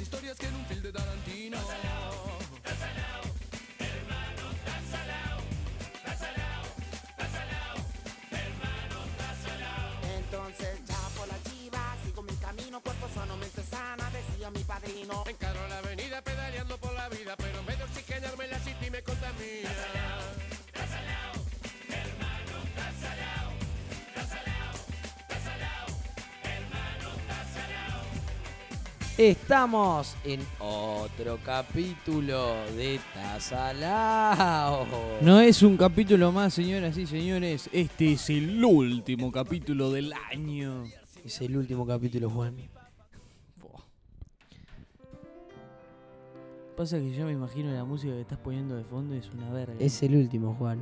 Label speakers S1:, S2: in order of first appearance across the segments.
S1: historias que en un film de Tarantino.
S2: Pásalo, hermano, pásalo. Pásalo, pásalo, hermano, pásalo.
S3: Entonces ya por la chiva sigo mi camino, cuerpo sano, mente sana, decía mi padrino.
S1: Encaro la avenida pedaleando por la vida, pero en vez de oxigenarme la city me contamina.
S2: Pásalo, hermano, pásalo. Pásalo, pásalo, hermano, pásalo.
S4: Estamos en otro capítulo de Tazalao.
S5: No es un capítulo más, señoras y señores. Este es el último capítulo del año.
S4: Es el último capítulo, Juan.
S5: Pasa que yo me imagino la música que estás poniendo de fondo es una verga.
S4: Es el último, Juan.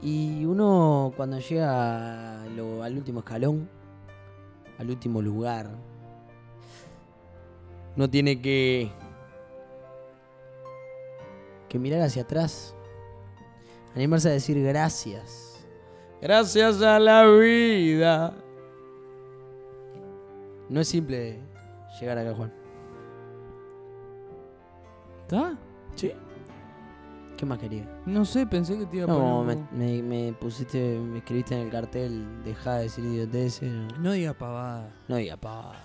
S4: Y uno cuando llega a lo- al último escalón, al último lugar, no tiene que que mirar hacia atrás, animarse a decir gracias, gracias a la vida. No es simple llegar acá, Juan.
S5: ¿Está? Sí.
S4: ¿Qué más quería?
S5: No sé, pensé que te iba a poner.
S4: No, me,
S5: un-
S4: me- me pusiste, me escribiste en el cartel, dejá de decir idioteces. No,
S5: No diga pavada.
S4: no diga pa.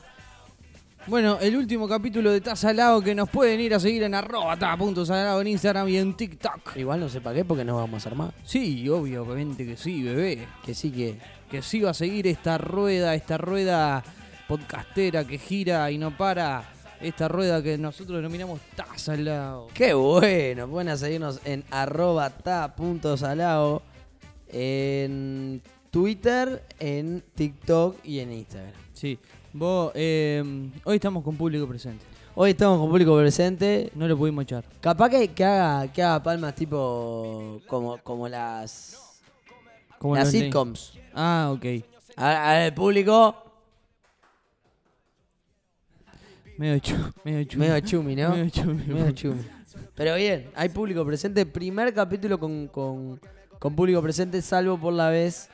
S5: Bueno, el último capítulo de Tazalao que nos pueden ir a seguir en arroba ta.salao en Instagram y en TikTok.
S4: Igual no sé para qué, porque no vamos a armar.
S5: Sí, obviamente que sí, bebé.
S4: Que sí que.
S5: que siga a seguir esta rueda, esta rueda podcastera que gira y no para, esta rueda que nosotros denominamos taza al lado.
S4: ¡Qué bueno! Pueden seguirnos en arroba ta.salao, en Twitter, en TikTok y en Instagram.
S5: Sí, vos, eh, hoy estamos con público presente,
S4: Hoy estamos con público presente.
S5: no lo pudimos echar.
S4: Capaz que, que haga, que haga palmas tipo como, como las,
S5: Como
S4: las
S5: los le-
S4: sitcoms.
S5: Ah, ok,
S4: A, a ver, público,
S5: medio chu, medio chu.
S4: medio chumi, ¿no?
S5: Medio chumi.
S4: Medio chumi. Pero bien, hay público presente. Primer capítulo con, con- con público presente, salvo por la vez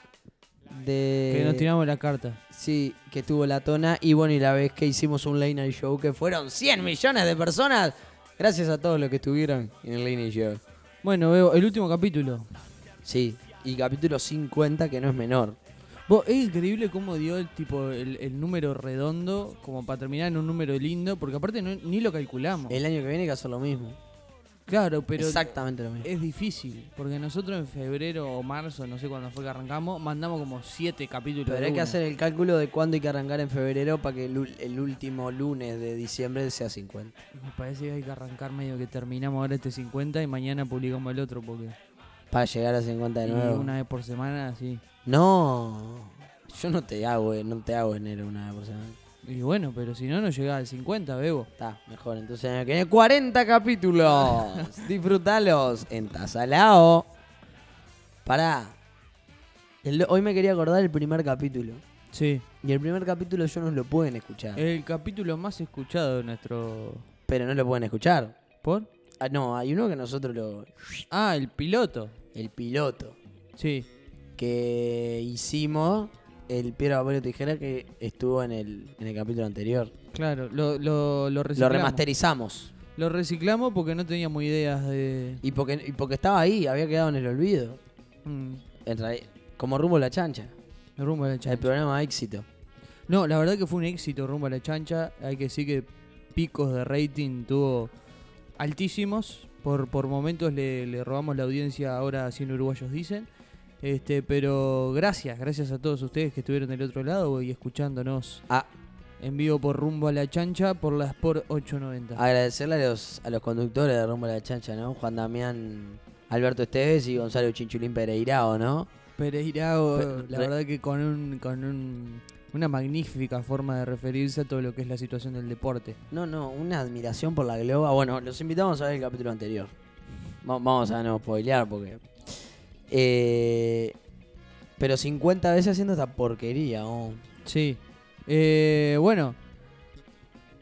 S4: de.
S5: Que nos tiramos la carta.
S4: Sí, que tuvo la tona. Y bueno, y la vez que hicimos un Late Night Show, que fueron 100 millones de personas. Gracias a todos los que estuvieron en el Late Night Show.
S5: Bueno, veo el último capítulo.
S4: Sí, y capítulo 50, que no es menor.
S5: Vos, es increíble cómo dio el tipo el, el número redondo como para terminar en un número lindo, porque aparte no- ni lo calculamos.
S4: El año que viene hay que hacer lo mismo.
S5: Claro, pero
S4: Exactamente lo mismo.
S5: Es difícil, porque nosotros en febrero o marzo, no sé cuándo fue que arrancamos, mandamos como siete capítulos.
S4: Pero
S5: de
S4: hay que
S5: una.
S4: hacer el cálculo de cuándo hay que arrancar en febrero para que el, ul- el último lunes de diciembre sea 50.
S5: Me parece que hay que arrancar medio que terminamos ahora este 50 y mañana publicamos el otro, porque
S4: Para llegar a 50 de
S5: y
S4: nuevo.
S5: una vez por semana, sí.
S4: No, yo no te hago, eh, no te hago enero una vez por semana.
S5: Y bueno, pero si no, no llega al 50, bebo.
S4: Está, mejor. Entonces, año que viene, 40 capítulos. Disfrútalos en Tazalao. Pará. El- hoy me quería acordar el primer capítulo.
S5: Sí.
S4: Y el primer capítulo yo no lo pueden escuchar.
S5: El capítulo más escuchado de nuestro...
S4: Pero no lo pueden escuchar.
S5: ¿Por?
S4: Ah, no, hay uno que nosotros lo.
S5: Ah, el piloto.
S4: El piloto.
S5: Sí.
S4: Que hicimos el Piedra, Papel o Tijera que estuvo en el, en el capítulo anterior.
S5: Claro, lo, lo, lo
S4: Lo
S5: reciclamos.
S4: remasterizamos.
S5: Lo reciclamos porque no teníamos ideas de...
S4: Y porque, y porque estaba ahí, había quedado en el olvido.
S5: Mm,
S4: En realidad, como rumbo a la chancha.
S5: el rumbo de la
S4: El
S5: chancha.
S4: programa éxito.
S5: No, la verdad que fue un éxito rumbo a la chancha. Hay que decir que picos de rating tuvo altísimos. Por, por momentos le, le robamos la audiencia ahora a 100 uruguayos dicen. Este, pero gracias, gracias a todos ustedes que estuvieron del otro lado y escuchándonos
S4: Ah.
S5: en vivo por rumbo a la chancha por la Sport
S4: Ah.
S5: 890.
S4: Agradecerle a los, a los conductores de rumbo a la chancha, ¿no? Juan Damián, Alberto Esteves y Gonzalo Chinchulín Pereirao, ¿no?
S5: Pereira, oh,
S4: Pe-
S5: la
S4: re-
S5: verdad que con un, con un- una magnífica forma de referirse a todo lo que es la situación del deporte.
S4: No, no, una admiración por la globa. Bueno, los invitamos a ver el capítulo anterior. Va- vamos a no spoilear porque. Eh, pero 50 veces haciendo esta porquería, oh.
S5: Sí. Eh, bueno.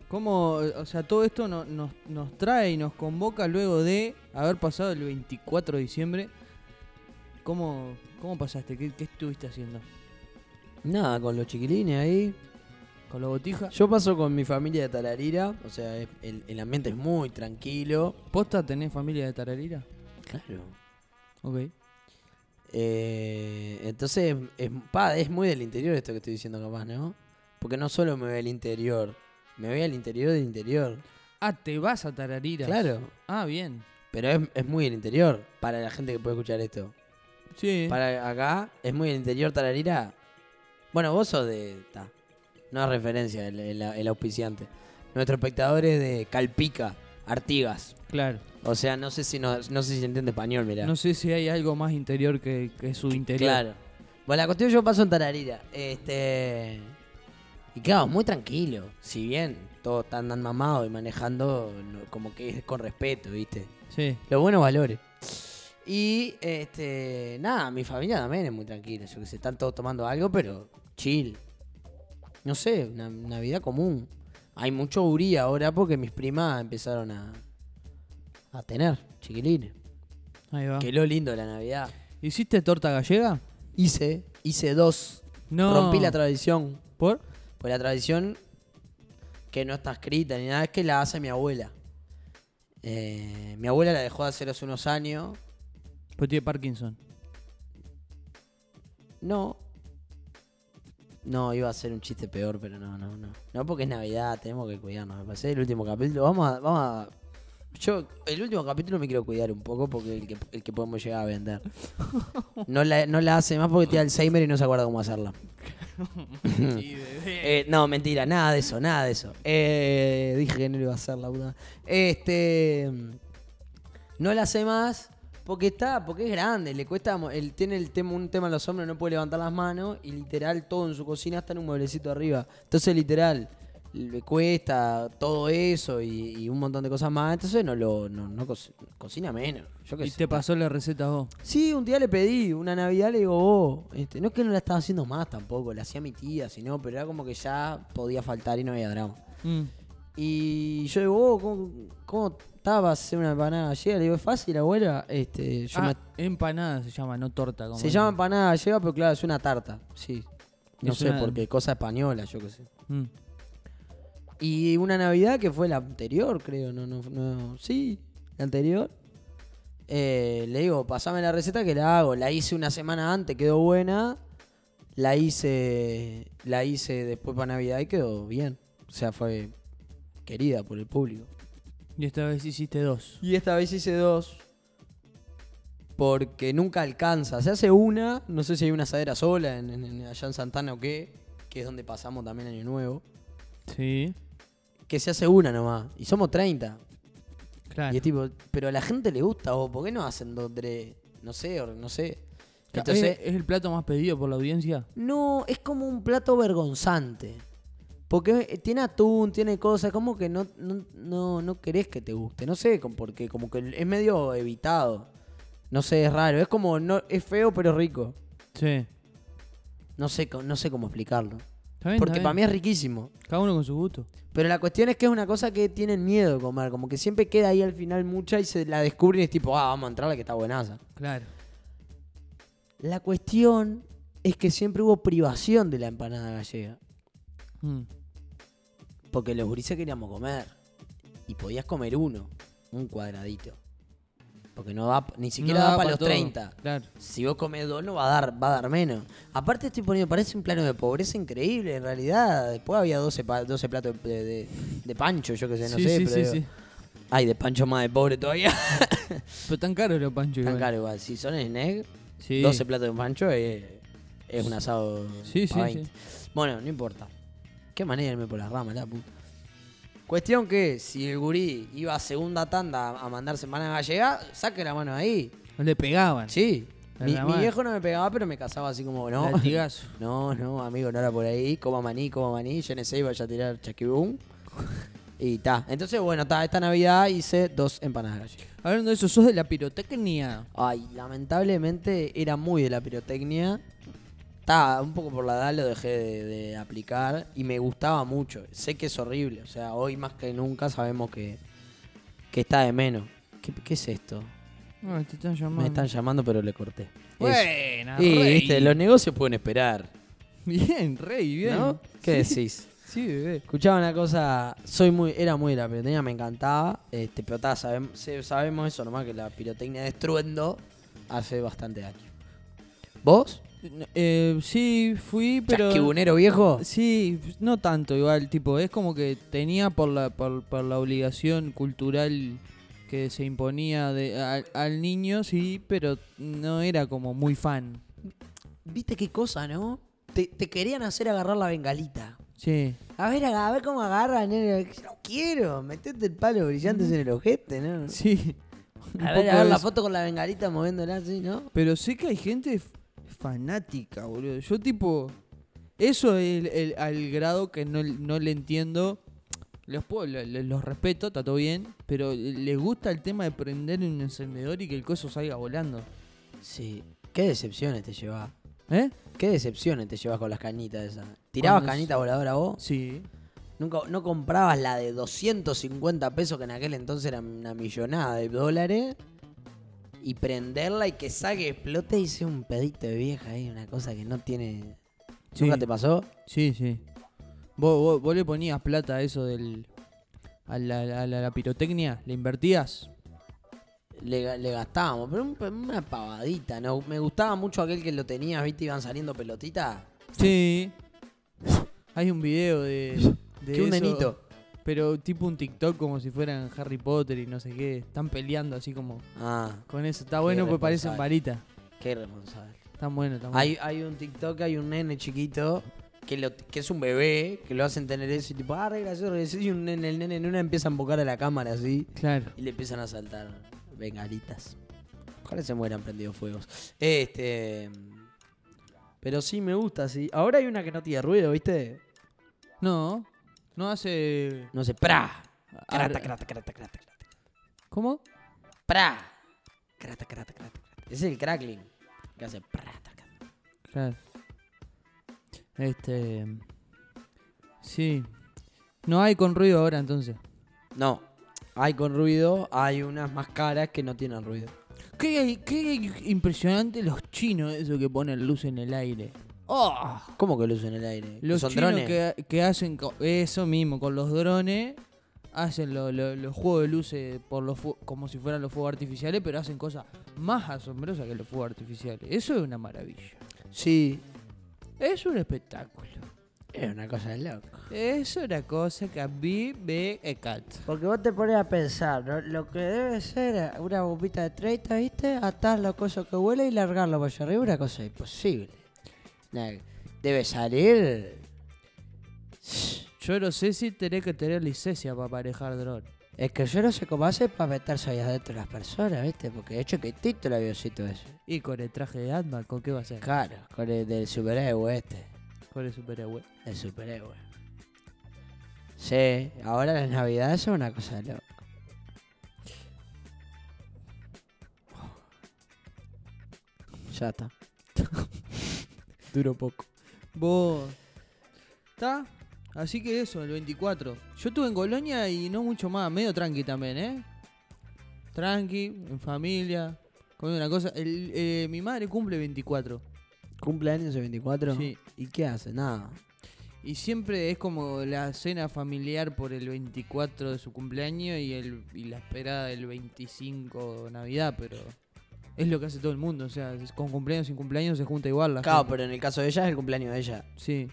S5: ¿Cómo? O sea, todo esto no- nos, nos trae y nos convoca luego de haber pasado el 24 de diciembre. ¿Cómo, cómo pasaste? ¿Qué, qué estuviste haciendo?
S4: Nada, con los chiquilines ahí.
S5: con la botija.
S4: Yo paso con mi familia de Tararira, o sea, es- el, el ambiente es muy tranquilo.
S5: ¿Posta tenés familia de Tararira?
S4: Claro.
S5: Ok.
S4: Eh, entonces, es, pa, es muy del interior esto que estoy diciendo, capaz, ¿no? Porque no solo me voy al interior, me voy al interior del interior.
S5: Ah, te vas a Tararira.
S4: Claro,
S5: Ah, bien.
S4: pero es, es muy el interior para la gente que puede escuchar esto.
S5: Sí.
S4: Para acá, es muy el interior Tararira. Bueno, vos sos de. ta, no es referencia el, el- el auspiciante. Nuestro espectador es de Calpica, Artigas.
S5: Claro.
S4: O sea, no sé si no, no sé si entiende español, mirá.
S5: No sé si hay algo más interior que, que su interior.
S4: Claro. Bueno, la cuestión yo paso en Tararira. Este. Y claro, muy tranquilo. Si bien todos están tan mamados y manejando lo- como que es con respeto, ¿viste?
S5: Sí.
S4: Los buenos valores. Y este. Nada, mi familia también es muy tranquila. Yo que sé, están todos tomando algo, pero chill. No sé, una Navidad común. Hay mucho gurí ahora porque mis primas empezaron a. a tener chiquilines.
S5: Ahí va.
S4: Que lo lindo de la Navidad.
S5: ¿Hiciste torta gallega?
S4: Hice, hice dos.
S5: No.
S4: Rompí la tradición.
S5: ¿Por?
S4: Pues la tradición que no está escrita ni nada, es que la hace mi abuela. Eh, mi abuela la dejó de hacer hace unos años.
S5: Pues tiene Parkinson.
S4: No. No, iba a ser un chiste peor, pero no, no, no. No, porque es Navidad, tenemos que cuidarnos. Me parece el último capítulo. Vamos a, vamos a. Yo, el último capítulo me quiero cuidar un poco porque el que, el que podemos llegar a vender. No la, no la hace más porque tiene Alzheimer y no se acuerda cómo hacerla. Eh, no, mentira, nada de eso, nada de eso. Eh, dije que no lo iba a hacer la puta. Este. No la hace más porque está, porque es grande, le cuesta. mo- Él tiene el tema, un tema en los hombros, no puede levantar las manos y literal todo en su cocina está en un mueblecito arriba. Entonces, literal, le cuesta todo eso y, y un montón de cosas más. Entonces, no lo no, no co- cocina menos. Yo qué
S5: Y
S4: sé.
S5: te pasó la receta a vos.
S4: Sí, un día le pedí, una Navidad le digo, vos, este, no es que no la estaba haciendo más tampoco, la hacía mi tía, sino, pero era como que ya podía faltar y no había drama.
S5: Mm.
S4: Y yo digo, vos, ¿cómo, cómo estaba hacer una empanada gallega? Le digo, es fácil, abuela. Este, yo
S5: Ah,
S4: me-
S5: empanada se llama, no torta. Como
S4: Se llama empanada gallega, pero claro, es una tarta, sí. No
S5: Es
S4: sé,
S5: una-
S4: porque cosa española, yo qué sé.
S5: Mm.
S4: Y una Navidad que fue la anterior, creo, no, no, no, sí, la anterior. Eh, le digo, pasame la receta que la hago. La hice una semana antes, quedó buena. La hice, la hice después para Navidad y quedó bien. O sea, fue querida por el público.
S5: Y esta vez hiciste dos.
S4: Y esta vez hice dos. Porque nunca alcanza. Se hace una, no sé si hay una asadera sola en, en- en- allá en Santana o qué, que es donde pasamos también Año Nuevo.
S5: Sí.
S4: Que se hace una nomás. Y somos 30.
S5: Claro.
S4: Y este- es tipo, pero a la gente le gusta, o ¿por qué no hacen dos, tres? No sé, or- no sé.
S5: Ca-
S4: Entonces,
S5: ¿Es, es el plato más pedido por la audiencia?
S4: no, es como un plato vergonzante. Porque eh, tiene atún, tiene cosas, como que no, no, no, no querés que te guste. No sé con por qué, como que es medio evitado. No sé, es raro. Es como, no, es feo pero rico.
S5: Sí.
S4: No sé, co- no sé cómo explicarlo.
S5: Está bien,
S4: Porque
S5: está
S4: para mí
S5: bien.
S4: es riquísimo.
S5: Cada uno con su gusto.
S4: Pero la cuestión es que es una cosa que tienen miedo de comer. Como que siempre queda ahí al final mucha y se la descubren y es tipo, ah, vamos a entrarle que está buenaza.
S5: Claro.
S4: La cuestión es que siempre hubo privación de la empanada gallega.
S5: Mm.
S4: Porque los gurises queríamos comer. Y podías comer uno, un cuadradito. Porque no da, ni siquiera
S5: No
S4: da,
S5: da
S4: para
S5: pa'
S4: los
S5: todo.
S4: 30.
S5: Claro.
S4: Si vos comes dos, no va a dar, va a dar menos. Aparte estoy poniendo, parece un plano de pobreza increíble, en realidad. Después había 12, pa- 12 platos de, de- de pancho, yo que sé, no
S5: sí,
S4: sé.
S5: sí,
S4: pero
S5: sí,
S4: digo,
S5: sí.
S4: Ay, de pancho más de pobre todavía.
S5: Pero tan caro los panchos.
S4: Tan
S5: igual.
S4: caro igual. Si son en negro,
S5: Sí.
S4: 12 platos de pancho es, es un asado.
S5: Sí,
S4: pa'
S5: sí,
S4: 20. Bueno, no importa. Qué manera de irme por las ramas, la puta. Cuestión que si el gurí iba a segunda tanda a- a mandar semana gallega, saque la mano ahí.
S5: No le pegaban.
S4: Sí.
S5: La
S4: Mi,
S5: ramada.
S4: mi viejo no me pegaba, pero me casaba así como, no.
S5: Latigazo.
S4: No, no, amigo, no era por ahí. Coma maní, coma maní. Llénese y vaya a tirar chasquibum. Y ta. Entonces, bueno, ta. Esta Navidad hice dos empanadas gallegas.
S5: Hablando de eso, sos de la pirotecnia.
S4: Ay, lamentablemente era muy de la pirotecnia. Ta, un poco por la edad lo dejé de, de aplicar y me gustaba mucho. Sé que es horrible, o sea, hoy más que nunca sabemos que, que está de menos. ¿Qué, qué es esto?
S5: No, te están llamando.
S4: Me están llamando pero le corté. Eso.
S5: Buena,
S4: Y
S5: rey.
S4: viste, los negocios pueden esperar,
S5: Bien, rey, bien.
S4: ¿no? ¿Qué decís?
S5: sí, bebé.
S4: Escuchaba una cosa, soy muy, era muy de la pirotecnia, me encantaba, este, pero tá, sabem- se- sabemos eso nomás que la pirotecnia de estruendo hace bastante daño. ¿Vos?
S5: Eh, sí, fui, pero.
S4: ¿Chasquibunero viejo?
S5: Sí, no tanto igual, tipo, es como que tenía por la, por, por la obligación cultural que se imponía de, al, al niño, sí, pero no era como muy fan.
S4: ¿Viste qué cosa, no? Te, te querían hacer agarrar la bengalita.
S5: Sí.
S4: A ver, a ver cómo agarran, nene. No quiero, metete el palo brillante en el ojete, ¿no?
S5: Sí. Un
S4: A ver, a
S5: poco
S4: ver
S5: de
S4: la
S5: eso.
S4: foto con la bengalita moviéndola así, ¿no?
S5: Pero sé que hay gente f- fanática, boludo. Yo tipo... Eso es el- el- al grado que no, no le entiendo. Los puedo, lo- lo- los, respeto, está todo bien. Pero les gusta el tema de prender un encendedor y que el coso salga volando.
S4: Sí. Qué decepciones te llevaba.
S5: ¿Eh?
S4: Qué decepciones te llevas con las cañitas esas. ¿Tirabas
S5: Cuando
S4: cañita voladora vos?
S5: Sí.
S4: ¿Nunca, ¿No comprabas la de 250 pesos que en aquel entonces era una millonada de dólares? Y prenderla y que saque, explote y sea un pedito de vieja ahí, una cosa que no tiene.
S5: Sí.
S4: ¿Nunca te pasó?
S5: Sí, sí. ¿Vos, vos, vos le ponías plata a eso del... A la, a la- a la pirotecnia, ¿le invertías?
S4: Le, ga- le gastábamos, pero un- una pavadita, ¿no? Me gustaba mucho aquel que lo tenías, ¿viste? Iban saliendo pelotitas.
S5: Sí. Hay un video de... de
S4: Que un
S5: eso.
S4: nenito.
S5: Pero tipo un TikTok como si fueran Harry Potter y no sé qué. Están peleando así como
S4: Ah,
S5: con eso. Está bueno pues parecen varitas.
S4: qué responsable.
S5: Están buenos, están
S4: Hay,
S5: buenos.
S4: hay un TikTok, hay un nene chiquito que, lo- que es un bebé, que lo hacen tener eso y tipo, ah, re gracioso, re gracioso", Y un nene, el nene en una empieza a embocar a la cámara así
S5: Claro.
S4: y le empiezan a saltar bengalitas. Ojalá se mueran prendidos fuegos. Este. Pero sí me gusta, sí. Ahora hay una que no tiene ruido, ¿viste?
S5: No, no hace...
S4: No sé, ¡pra!
S5: Ar-
S4: Crata, crata, crata, crata, crata.
S5: ¿Cómo?
S4: ¡Pra! Crata, crata, crata, crata. Ese es el crackling. Que hace pra, taca.
S5: Claro. Este... Sí. No hay con ruido ahora entonces.
S4: No. Hay con ruido, hay unas más caras que no tienen ruido.
S5: Qué, qué impresionante los chinos eso que ponen luz en el aire. ¡Oh!
S4: ¿Cómo que luz en el aire?
S5: Los
S4: ¿Son
S5: chinos
S4: drones?
S5: Que, que hacen co- eso mismo, con los drones, hacen lo- lo- los juegos de luces por los fu- como si fueran los fuegos artificiales, pero hacen cosas más asombrosas que los fuegos artificiales. Eso es una maravilla.
S4: Sí.
S5: Es un espectáculo.
S4: Es una cosa de loco.
S5: Es una cosa que a mí me encanta.
S4: Porque vos te pones a pensar, ¿no? Lo que debe ser una bombita de 30, ¿viste? Atar los cosas que huele y largarlo por allá arriba, una cosa imposible. Nah, Debe salir.
S5: Yo no sé si tenés que tener licencia para aparejar drones.
S4: Es que yo no sé cómo hace para meterse ahí adentro de las personas, ¿viste? Porque es chiquitito el avioncito ese.
S5: Y con el traje de Atman, ¿con qué va a ser?
S4: Claro, con el del superhéroe este.
S5: Con el superhéroe.
S4: El superhéroe. Sí, ahora las navidades son una cosa de loco. Ya está.
S5: Duró poco. Vos. ¿Está? Así que eso, el 24. Yo estuve en Colonia y no mucho más, medio tranqui también, ¿eh? Tranqui, en familia, comiendo una cosa. El- eh, mi madre cumple 24.
S4: ¿Cumpleaños el 24?
S5: Sí.
S4: ¿Y qué hace? Nada.
S5: Y siempre es como la cena familiar por el 24 de su cumpleaños y, el, y la esperada del 25 de Navidad, pero es lo que hace todo el mundo. O sea, es- con cumpleaños y sin cumpleaños se junta igual la
S4: Claro,
S5: gente.
S4: pero en el caso de ella es el cumpleaños de ella.
S5: Sí.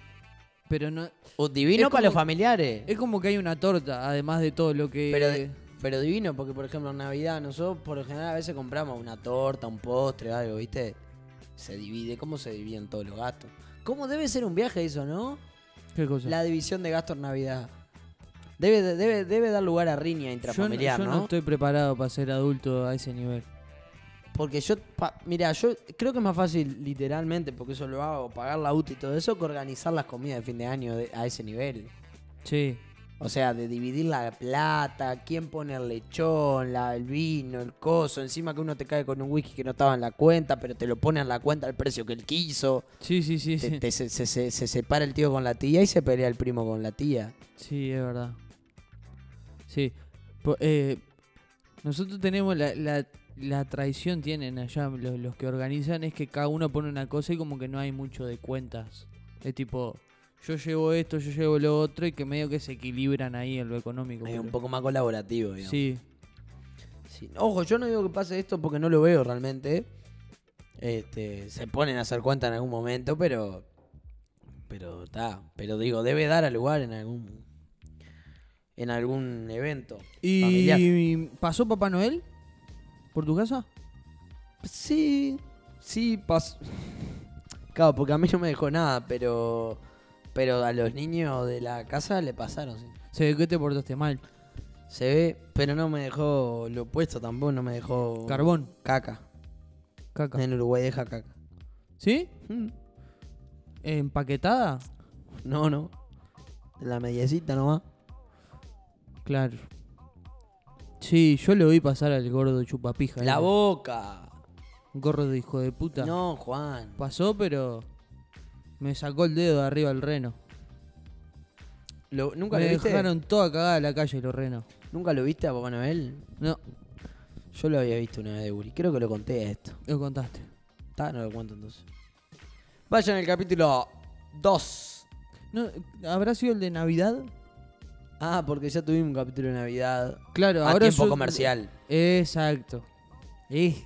S5: Pero no,
S4: O divino
S5: Es
S4: para
S5: como-
S4: los familiares.
S5: Es como que hay una torta, además de todo lo que.
S4: Pero, de- pero divino, porque por ejemplo en Navidad nosotros por lo general a veces compramos una torta, un postre, algo, ¿viste? Se divide, ¿cómo se dividen todos los gastos? ¿Cómo debe ser un viaje eso, no?
S5: ¿Qué cosa?
S4: La división de gastos en Navidad. Debe, debe, debe dar lugar a riña
S5: yo, no,
S4: intrafamiliar,
S5: yo
S4: ¿no?
S5: no estoy preparado para ser adulto a ese nivel.
S4: Porque yo, pa- mira, yo creo que es más fácil, literalmente, porque eso lo hago, pagar la UTI y todo eso, que organizar las comidas de fin de año de- a ese nivel.
S5: Sí.
S4: O sea, de dividir la plata, quién pone el lechón, la- el vino, el coso. Encima que uno te cae con un whisky que no estaba en la cuenta, pero te lo pone en la cuenta al precio que él quiso.
S5: Sí, sí, sí.
S4: Te-
S5: Sí,
S4: te- se, se- se- se separa el tío con la tía y se pelea el primo con la tía.
S5: Sí, es verdad. Sí. Po- eh, nosotros tenemos la, la, la tradición, tienen allá los, los que organizan, es que cada uno pone una cosa y como que no hay mucho de cuentas. Es tipo, yo llevo esto, yo llevo lo otro, y que medio que se equilibran ahí en lo económico.
S4: Es
S5: pero-
S4: un poco más colaborativo, digamos.
S5: Sí,
S4: Sí. Ojo, yo no digo que pase esto porque no lo veo realmente. Este, se ponen a hacer cuenta en algún momento, pero. Pero está. Pero digo, debe dar al lugar en algún. En algún evento.
S5: ¿Y
S4: familiar.
S5: pasó Papá Noel por tu casa?
S4: Sí. Sí, pasó. Claro, porque a mí no me dejó nada, pero. Pero a los niños de la casa le pasaron, sí.
S5: Se ve que te portaste mal.
S4: Se ve, pero no me dejó lo opuesto tampoco, no me dejó.
S5: Carbón,
S4: Caca.
S5: caca.
S4: En Uruguay deja caca.
S5: ¿Sí?
S4: Mm.
S5: ¿Empaquetada?
S4: No, no. La mediecita nomás.
S5: Claro. Sí, yo le vi pasar al gordo chupapija.
S4: La
S5: eh.
S4: boca.
S5: Gordo hijo de puta.
S4: No, Juan.
S5: Pasó, pero me sacó el dedo de arriba el reno.
S4: Lo- ¿nunca,
S5: me
S4: lo viste?
S5: dejaron toda cagada la calle los renos.
S4: ¿Nunca lo viste a Papá Noel?
S5: No,
S4: Yo lo había visto una vez de Uri. Creo que lo conté esto.
S5: lo contaste.
S4: Está, no lo cuento entonces. Vayan al capítulo 2.
S5: No, ¿Habrá sido el de Navidad?
S4: Ah, porque ya tuvimos un capítulo de Navidad.
S5: Claro,
S4: A
S5: ahora
S4: tiempo
S5: yo-
S4: comercial.
S5: Exacto. Eh,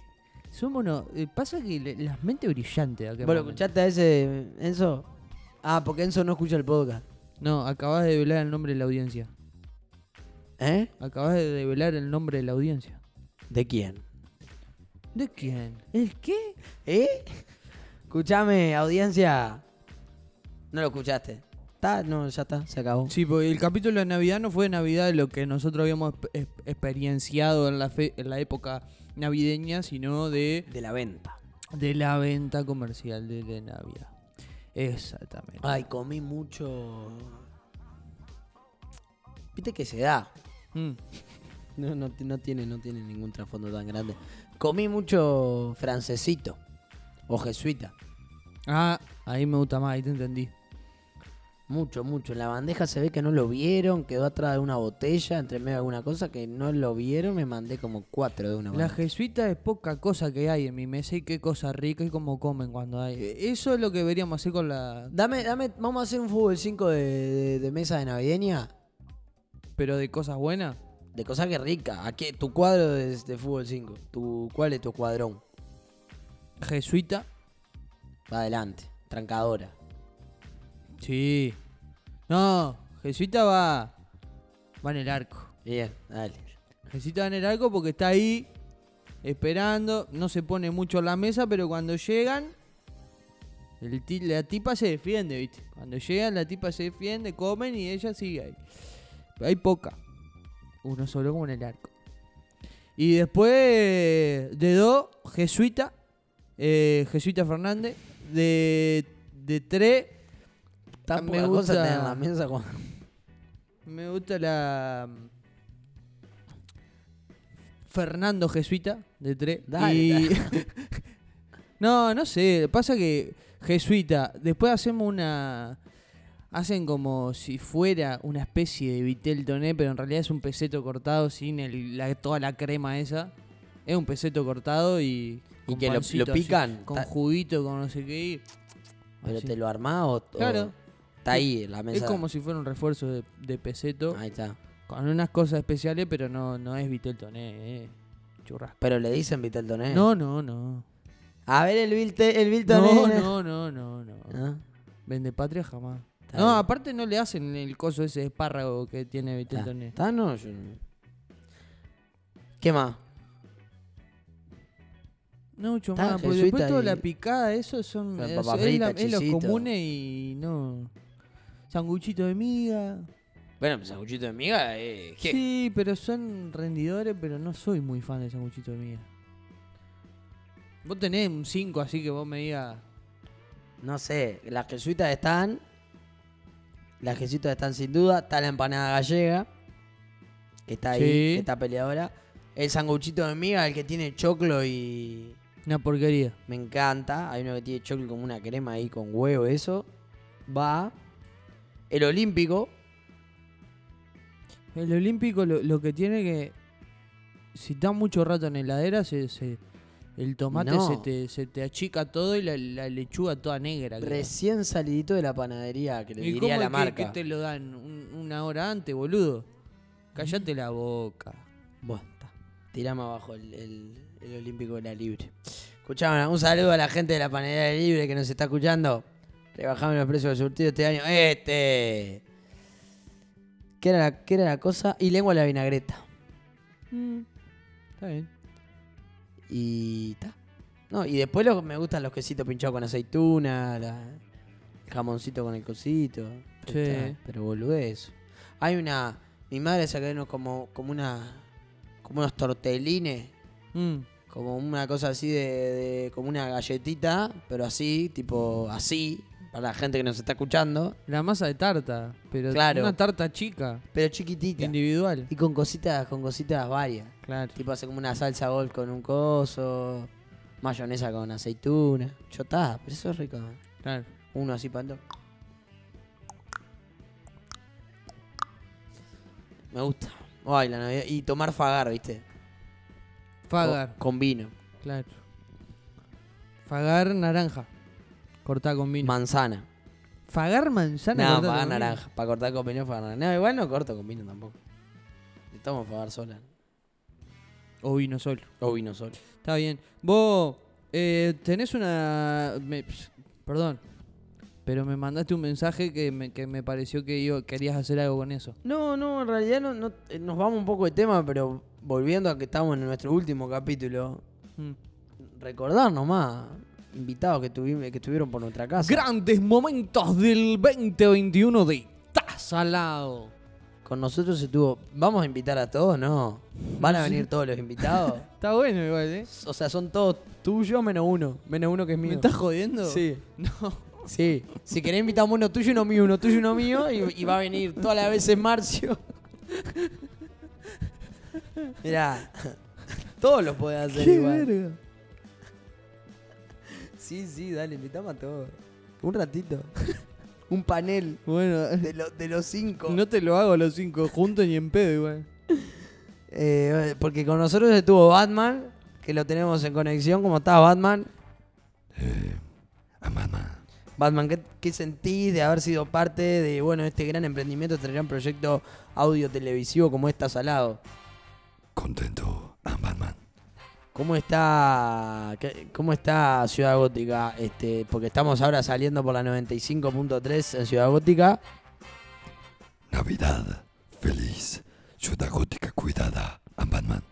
S5: somos unos- eh, pasa que le- las mentes brillantes acá.
S4: ¿Vos lo
S5: hermano.
S4: escuchaste a ese, Enzo? Ah, porque Enzo no escucha el podcast.
S5: No, acabas de develar el nombre de la audiencia.
S4: ¿Eh?
S5: Acabas de develar el nombre de la audiencia.
S4: ¿De quién?
S5: ¿De quién? ¿El qué?
S4: ¿Eh? Escuchame, audiencia. No lo escuchaste. Está, no, ya está, se acabó.
S5: Sí, porque el capítulo de Navidad no fue de Navidad lo que nosotros habíamos exp- exp- experienciado en la, fe- en la época navideña, sino de,
S4: De la venta.
S5: de la venta comercial de, de Navidad. Exactamente.
S4: Ay, comí mucho. Viste que se da.
S5: Mm.
S4: No, no, ti- no tiene, no tiene ningún trasfondo tan grande. Comí mucho francesito. O jesuita.
S5: Ah, ahí me gusta más, ahí te entendí.
S4: Mucho, mucho. En la bandeja se ve que no lo vieron. Quedó atrás de una botella, entre medio de alguna cosa que no lo vieron. Me mandé como cuatro de una
S5: La
S4: bandeja.
S5: jesuita es poca cosa que hay en mi mesa y qué cosa rica y cómo comen cuando hay. E-, Eso es lo que deberíamos hacer con la.
S4: Dame, dame, vamos a hacer un fútbol 5 de, de- de mesa de navideña.
S5: Pero de cosas buenas.
S4: De cosas que rica. Aquí, tu cuadro de, de fútbol 5. Tu, ¿Cuál es tu cuadrón?
S5: Jesuita.
S4: Va adelante. Trancadora.
S5: Sí. No, jesuita va. Va en el arco.
S4: Bien, dale.
S5: Jesuita va en el arco porque está ahí esperando. No se pone mucho a la mesa, pero cuando llegan. el ti- la tipa se defiende, ¿viste? Cuando llegan, la tipa se defiende, comen y ella sigue ahí. Hay poca. Uno solo como en el arco. Y después de dos, Jesuita. eh, Jesuita Fernández. De, de tres,
S4: Tan
S5: Me
S4: poca cosa
S5: gusta-
S4: tener en la mesa Juan.
S5: Me gusta la. mm, Fernando Jesuita, de tres.
S4: Dale,
S5: Y-
S4: dale.
S5: no, no sé. Pasa que Jesuita, después hacemos una. Hacen como si fuera una especie de vitel toné, pero en realidad es un peseto cortado sin el- la- toda la crema esa. Es un peseto cortado y.
S4: Y
S5: con
S4: que lo- lo
S5: pancito así,
S4: pican.
S5: con
S4: Ta-
S5: juguito, con no sé qué. y-
S4: Pero
S5: así.
S4: te lo armás o, o-
S5: Claro.
S4: Está ahí en la
S5: Es
S4: mesa.
S5: como si fuera un refuerzo de, de peseto.
S4: Ahí está.
S5: Con unas cosas especiales, pero no, no es Vitel Toné, eh. Churrasco.
S4: Pero le dicen Viteltoné.
S5: No, no, no.
S4: A ver el Vilte, el Viltoné.
S5: No, no, no, no, no.
S4: Ah,
S5: Vende patria jamás.
S4: está
S5: No,
S4: bien.
S5: aparte no le hacen el coso ese de espárrago que tiene Vitel
S4: Está-
S5: Toné.
S4: está, no, yo no. ¿Qué más?
S5: No, mucho
S4: está
S5: más. Porque
S4: jesuita
S5: después toda
S4: y-
S5: la picada, eso son.
S4: La
S5: Es,
S4: papa
S5: es
S4: frita,
S5: la- es los
S4: chisito.
S5: comunes y no. Sanguchito de miga.
S4: Bueno, pues sanguchito de miga, eh. ¿qué?
S5: Sí, pero son rendidores, pero no soy muy fan de sanguchito de miga. Vos tenés un 5 así que vos me digas.
S4: No sé, las jesuitas están. Las jesuitas están sin duda. Está la empanada gallega. Que está ahí,
S5: Sí.
S4: que está peleadora. El sanguchito de miga, el que tiene choclo y.
S5: Una porquería.
S4: Me encanta. Hay uno que tiene choclo como una crema ahí con huevo, eso. Va. El olímpico.
S5: El olímpico lo, lo que tiene que. Si está mucho rato en heladera, se, se- El tomate
S4: No.
S5: se, te, se te achica todo y la, la lechuga toda negra. queda.
S4: Recién salidito de la panadería, que le
S5: ¿Y
S4: diría
S5: cómo
S4: la
S5: es que-
S4: marca.
S5: que te lo dan un- una hora antes, boludo? Cállate la boca.
S4: Bueno, está. Tirame abajo el, el- el Olímpico de la Libre. Escuchame, un saludo a la gente de la panadería de Libre que nos está escuchando. Rebajame los precios del surtido este año. ¡Este! ¿Qué era la, qué era la cosa? Y lengua a la vinagreta.
S5: Está bien.
S4: Y ta. No, y después lo- me gustan los quesitos pinchados con aceituna, la- el jamoncito con el cosito.
S5: Sí.
S4: Ta, Pero boludez. Hay una. Mi madre saca unos como, como una. como unos tortelines.
S5: Mm.
S4: Como una cosa así de, de- como una galletita, pero así, tipo así, para la gente que nos está escuchando.
S5: La masa de tarta, pero
S4: Claro.
S5: una tarta chica,
S4: Pero chiquitita.
S5: individual.
S4: Y con cositas, con cositas varias.
S5: Claro.
S4: Tipo hace como una salsa golf con un coso, mayonesa con aceituna, chotada, pero eso es rico. ¿eh?
S5: claro.
S4: Uno así pando. Me gusta. Ay, la Navidad. Y tomar fagar, ¿viste?
S5: Fagar,
S4: Con, con vino.
S5: claro. Fagar naranja. Cortada con vino.
S4: Manzana.
S5: fagar manzana.
S4: No,
S5: cortada
S4: pagar
S5: con vino.
S4: naranja. Para cortar con vino, pagar naranja. No, igual no corto con vino tampoco. Le tomo pagar sola.
S5: O vino solo.
S4: O vino solo.
S5: Está bien. Vos eh, tenés una... me- ps- perdón. Pero me mandaste un mensaje que me, que me pareció que yo querías hacer algo con eso.
S4: No, no, en realidad no, no- eh, nos vamos un poco de tema, pero volviendo a que estamos en nuestro último capítulo,
S5: Mm.
S4: recordar nomás invitados que, tuvimos, que estuvieron por nuestra casa.
S5: Grandes momentos del 2021 de Tazalado.
S4: Con nosotros se tuvo. ¿Vamos a invitar a todos? No. ¿Van a venir todos los invitados?
S5: Está bueno igual, ¿eh?
S4: O sea, son todos tuyos menos uno. Menos uno que es mío.
S5: ¿Me estás jodiendo?
S4: Sí.
S5: No.
S4: Sí, si querés invitamos uno tuyo, uno mío, uno tuyo, uno mío, y, y va a venir todas las veces Marcio. Mirá, todos los podés hacer igual. Sí, sí, dale, invitamos a todos. Un ratito. Un panel
S5: Bueno,
S4: de, lo- de los cinco.
S5: no te lo hago los cinco juntos ni en pedo igual.
S4: Eh, porque con nosotros estuvo Batman, que lo tenemos en conexión. ¿Cómo estás, Batman? Batman, ¿qué, qué sentís de haber sido parte de bueno este gran emprendimiento, este gran proyecto audio-televisivo como está Salado?
S2: Contento, I'm Batman.
S4: ¿Cómo está, qué- cómo está Ciudad Gótica? Este, porque estamos ahora saliendo por la 95.3 en Ciudad Gótica.
S2: Navidad feliz, ciudad gótica cuidada, I'm Batman.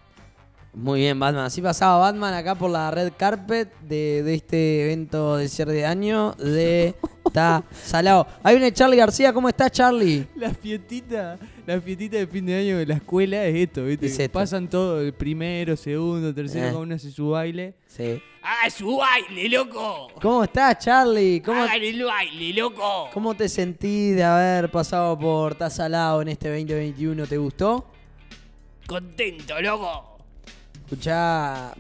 S4: Muy bien, Batman. Así pasaba Batman acá por la red carpet de, de este evento de cierre de año de Ta Salado. Hay una de Charlie García. ¿Cómo estás, Charlie?
S5: La fiestita, la fiestita de fin de año de la escuela es esto, ¿viste?
S4: Es
S5: Que
S4: esto.
S5: Pasan todo, el primero, segundo, tercero,
S4: Eh.
S5: cada uno hace su baile.
S4: Sí.
S6: ¡Ah, su baile, loco!
S4: ¿Cómo estás, Charlie? ¿Cómo,
S6: ¡Hagan el baile, loco!
S4: ¿Cómo te sentís de haber pasado por Ta Salado en este 2021? ¿Te gustó?
S6: ¡Contento, loco!
S4: Escuchá.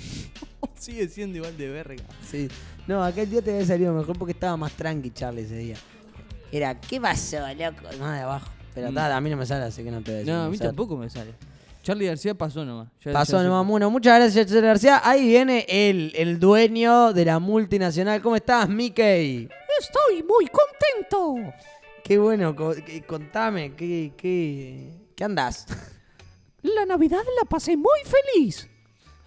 S5: Sigue siendo igual de verga.
S4: Sí. No, aquel día te había salido mejor porque estaba más tranqui, Charlie, ese día. Era, ¿qué pasó, loco? Más de abajo.
S6: Mm.
S4: Pero ta, a mí no me sale, así que no te voy a decir.
S5: No, a mí
S4: Sale.
S5: tampoco me sale. Charlie García pasó nomás. Ya-
S4: Pasó
S5: ya
S4: nomás
S5: supe.
S4: uno. Muchas gracias, Chester García. Ahí viene él, el dueño de la multinacional. ¿Cómo estás, Mickey?
S5: Estoy muy contento.
S4: Qué bueno, co- que- contame, ¿qué, qué, qué andás?
S7: La Navidad la pasé muy feliz.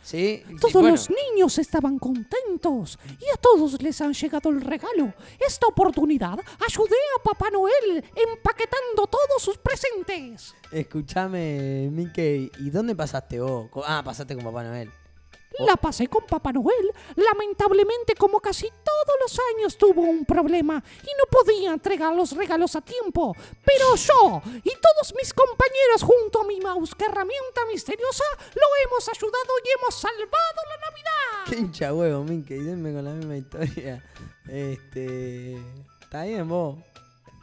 S4: ¿Sí? Y
S7: Todos
S4: bueno,
S7: los niños estaban contentos y a todos les han llegado el regalo. Esta oportunidad ayudé a Papá Noel empaquetando todos sus presentes.
S4: Escuchame, Mickey, ¿y dónde pasaste vos? Co- Ah, pasaste con Papá Noel.
S7: La pasé con Papá Noel. Lamentablemente, como casi todos los años, tuvo un problema y no podía entregar los regalos a tiempo. Pero yo y todos mis compañeros, junto a mi mouse, que herramienta misteriosa, lo hemos ayudado y hemos salvado la Navidad.
S4: Qué hincha huevo, Mickey, denme con la misma historia. Este. ¿Está bien vos?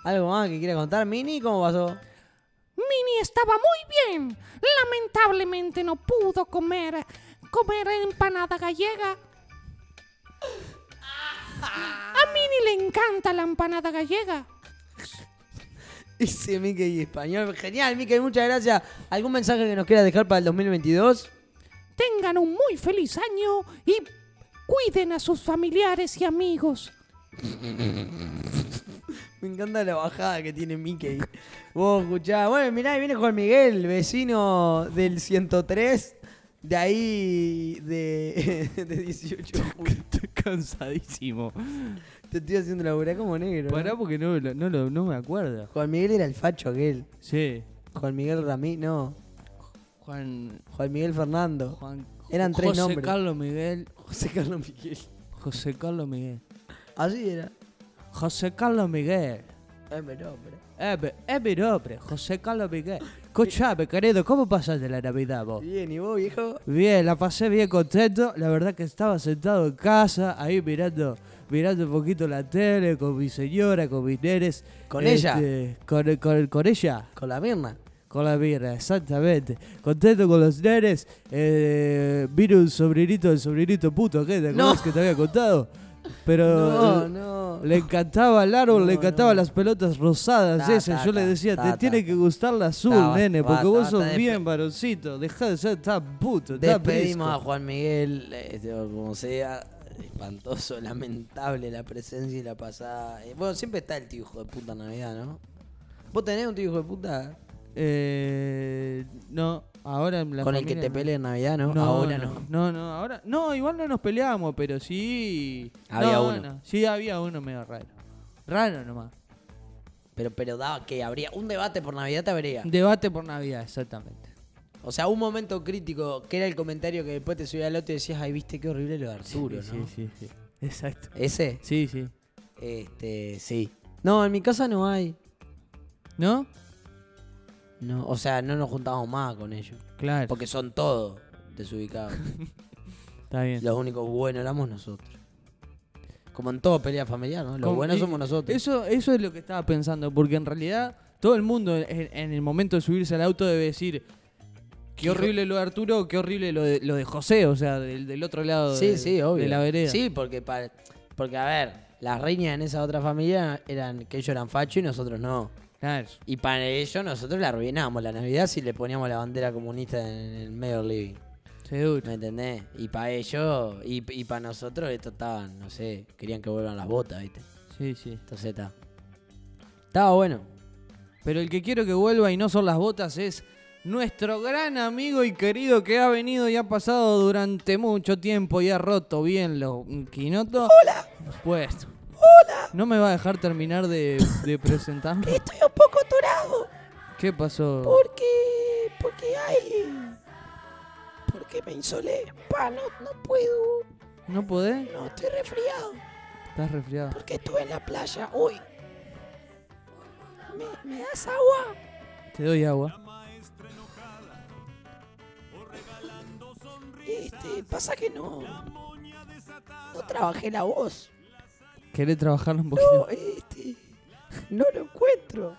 S4: ¿Algo más que quiera contar, Mini? ¿Cómo pasó?
S7: Mini estaba muy bien. Lamentablemente no pudo comer comer empanada gallega. A Mini le encanta la empanada gallega.
S4: Dice Mickey español. Genial, Mickey, muchas gracias. ¿Algún mensaje que nos quieras dejar para el 2022?
S7: Tengan un muy feliz año y cuiden a sus familiares y amigos.
S4: Me encanta la bajada que tiene Mickey. Vos escuchá. Bueno, mirá, ahí viene Juan Miguel, vecino del 103. De ahí, de, de 18 de julio.
S5: Estoy cansadísimo.
S4: Te estoy haciendo laburar como negro. ¿no?
S5: Pará porque no, lo- no, lo- no me acuerdo.
S4: Juan Miguel era el facho aquel.
S5: Sí.
S4: Juan Miguel Ramí, no.
S5: Juan.
S4: Juan Miguel Fernando.
S5: Juan
S4: Eran tres
S5: José
S4: nombres.
S5: Carlos Miguel.
S4: José Carlos Miguel.
S5: José Carlos Miguel.
S4: Así era.
S5: José Carlos Miguel.
S4: Es mi nombre.
S5: Eh, pe- Es mi nombre, José Carlos Miguel. Escuchame, querido, ¿cómo pasaste la Navidad vos?
S4: Bien, ¿y vos, viejo?
S5: Bien, la pasé bien contento. La verdad que estaba sentado en casa, ahí mirando, mirando un poquito la tele con mi señora, con mis nenes.
S4: ¿Con
S5: ella? Con, con- con ella,
S4: Con la Mirna.
S5: con la birra, exactamente. Contento con los nenes. Eh, vino un sobrinito, el sobrinito puto, ¿qué? ¿Te acordás que te había contado? Pero eh,
S4: No, no.
S5: le encantaba el árbol, le
S4: No,
S5: encantaban
S4: no.
S5: las pelotas rosadas
S4: Ta,
S5: esas.
S4: ta,
S5: Yo le
S4: ta,
S5: decía,
S4: ta,
S5: te
S4: ta,
S5: tiene
S4: ta.
S5: que gustar la azul,
S4: Ta, basta,
S5: nene, porque
S4: basta,
S5: vos
S4: basta,
S5: sos
S4: despe-
S5: bien varoncito. Deja de ser tan puto, tan
S4: Despedimos a
S5: brisco.
S4: Juan Miguel, este, o como sea, espantoso, lamentable la presencia y la pasada. Eh, Bueno, siempre está el tío hijo de puta en Navidad, ¿no? ¿Vos tenés un tío hijo de puta?
S5: Eh, no, ahora en la
S4: Con el que
S5: familia
S4: te pelees en Navidad, ¿no?
S5: No,
S4: Ahora no.
S5: no. No, no, ahora. No, igual no nos peleamos, pero sí.
S4: Había
S5: no,
S4: uno.
S5: no, Sí, había uno medio raro. Raro nomás.
S4: Pero, pero daba que habría un debate por Navidad te habría.
S5: Debate por Navidad, exactamente.
S4: O sea, un momento crítico que era el comentario que después te subía al otro y decías, ay, viste qué horrible lo de Arturo,
S5: sí,
S4: ¿no?
S5: sí, sí, sí. Exacto.
S4: Ese,
S5: Sí, sí.
S4: este, sí. No, en mi casa no hay.
S5: ¿No?
S4: No, o sea, no nos juntamos más con ellos.
S5: Claro.
S4: Porque son todos desubicados.
S5: Está bien.
S4: Los únicos buenos éramos nosotros. Como en toda pelea familiar, ¿no? Los
S5: Como-
S4: buenos
S5: y-
S4: somos nosotros.
S5: Eso, eso es lo que estaba pensando, porque en realidad todo el mundo en, en el momento de subirse al auto debe decir qué horrible lo de Arturo, qué horrible lo de, lo de José, o sea, del, del otro lado
S4: sí,
S5: de,
S4: sí, obvio.
S5: de la vereda.
S4: Sí, porque, pa- porque, a ver, las riñas en esa otra familia eran que ellos eran facho y nosotros no.
S5: Claro.
S4: Y para ellos nosotros la arruinábamos la Navidad si le poníamos la bandera comunista en el medio del living.
S5: seguro.
S4: ¿Me entendés? Y para ellos, y, y para nosotros, esto estaban, no sé, querían que vuelvan las botas, ¿viste?
S5: Sí, sí.
S4: Entonces está. Estaba bueno.
S5: Pero el que quiero que vuelva y no son las botas es nuestro gran amigo y querido que ha venido y ha pasado durante mucho tiempo y ha roto bien los quinotos. ¡Hola! Pues. ¡Hola! No me va a dejar terminar de, de presentarme.
S8: Estoy un poco atorado
S5: ¿Qué pasó?
S8: porque. porque hay. porque me insolé. Pa, no, no puedo.
S5: ¿No podés?
S8: No, estoy resfriado
S5: Estás resfriado.
S8: porque estuve en la playa hoy. ¿Me, me das agua?
S5: Te doy agua.
S8: Este, pasa que no. No trabajé la voz.
S5: ¿Querés trabajarlo un
S8: No,
S5: poquito?
S8: este. No lo encuentro.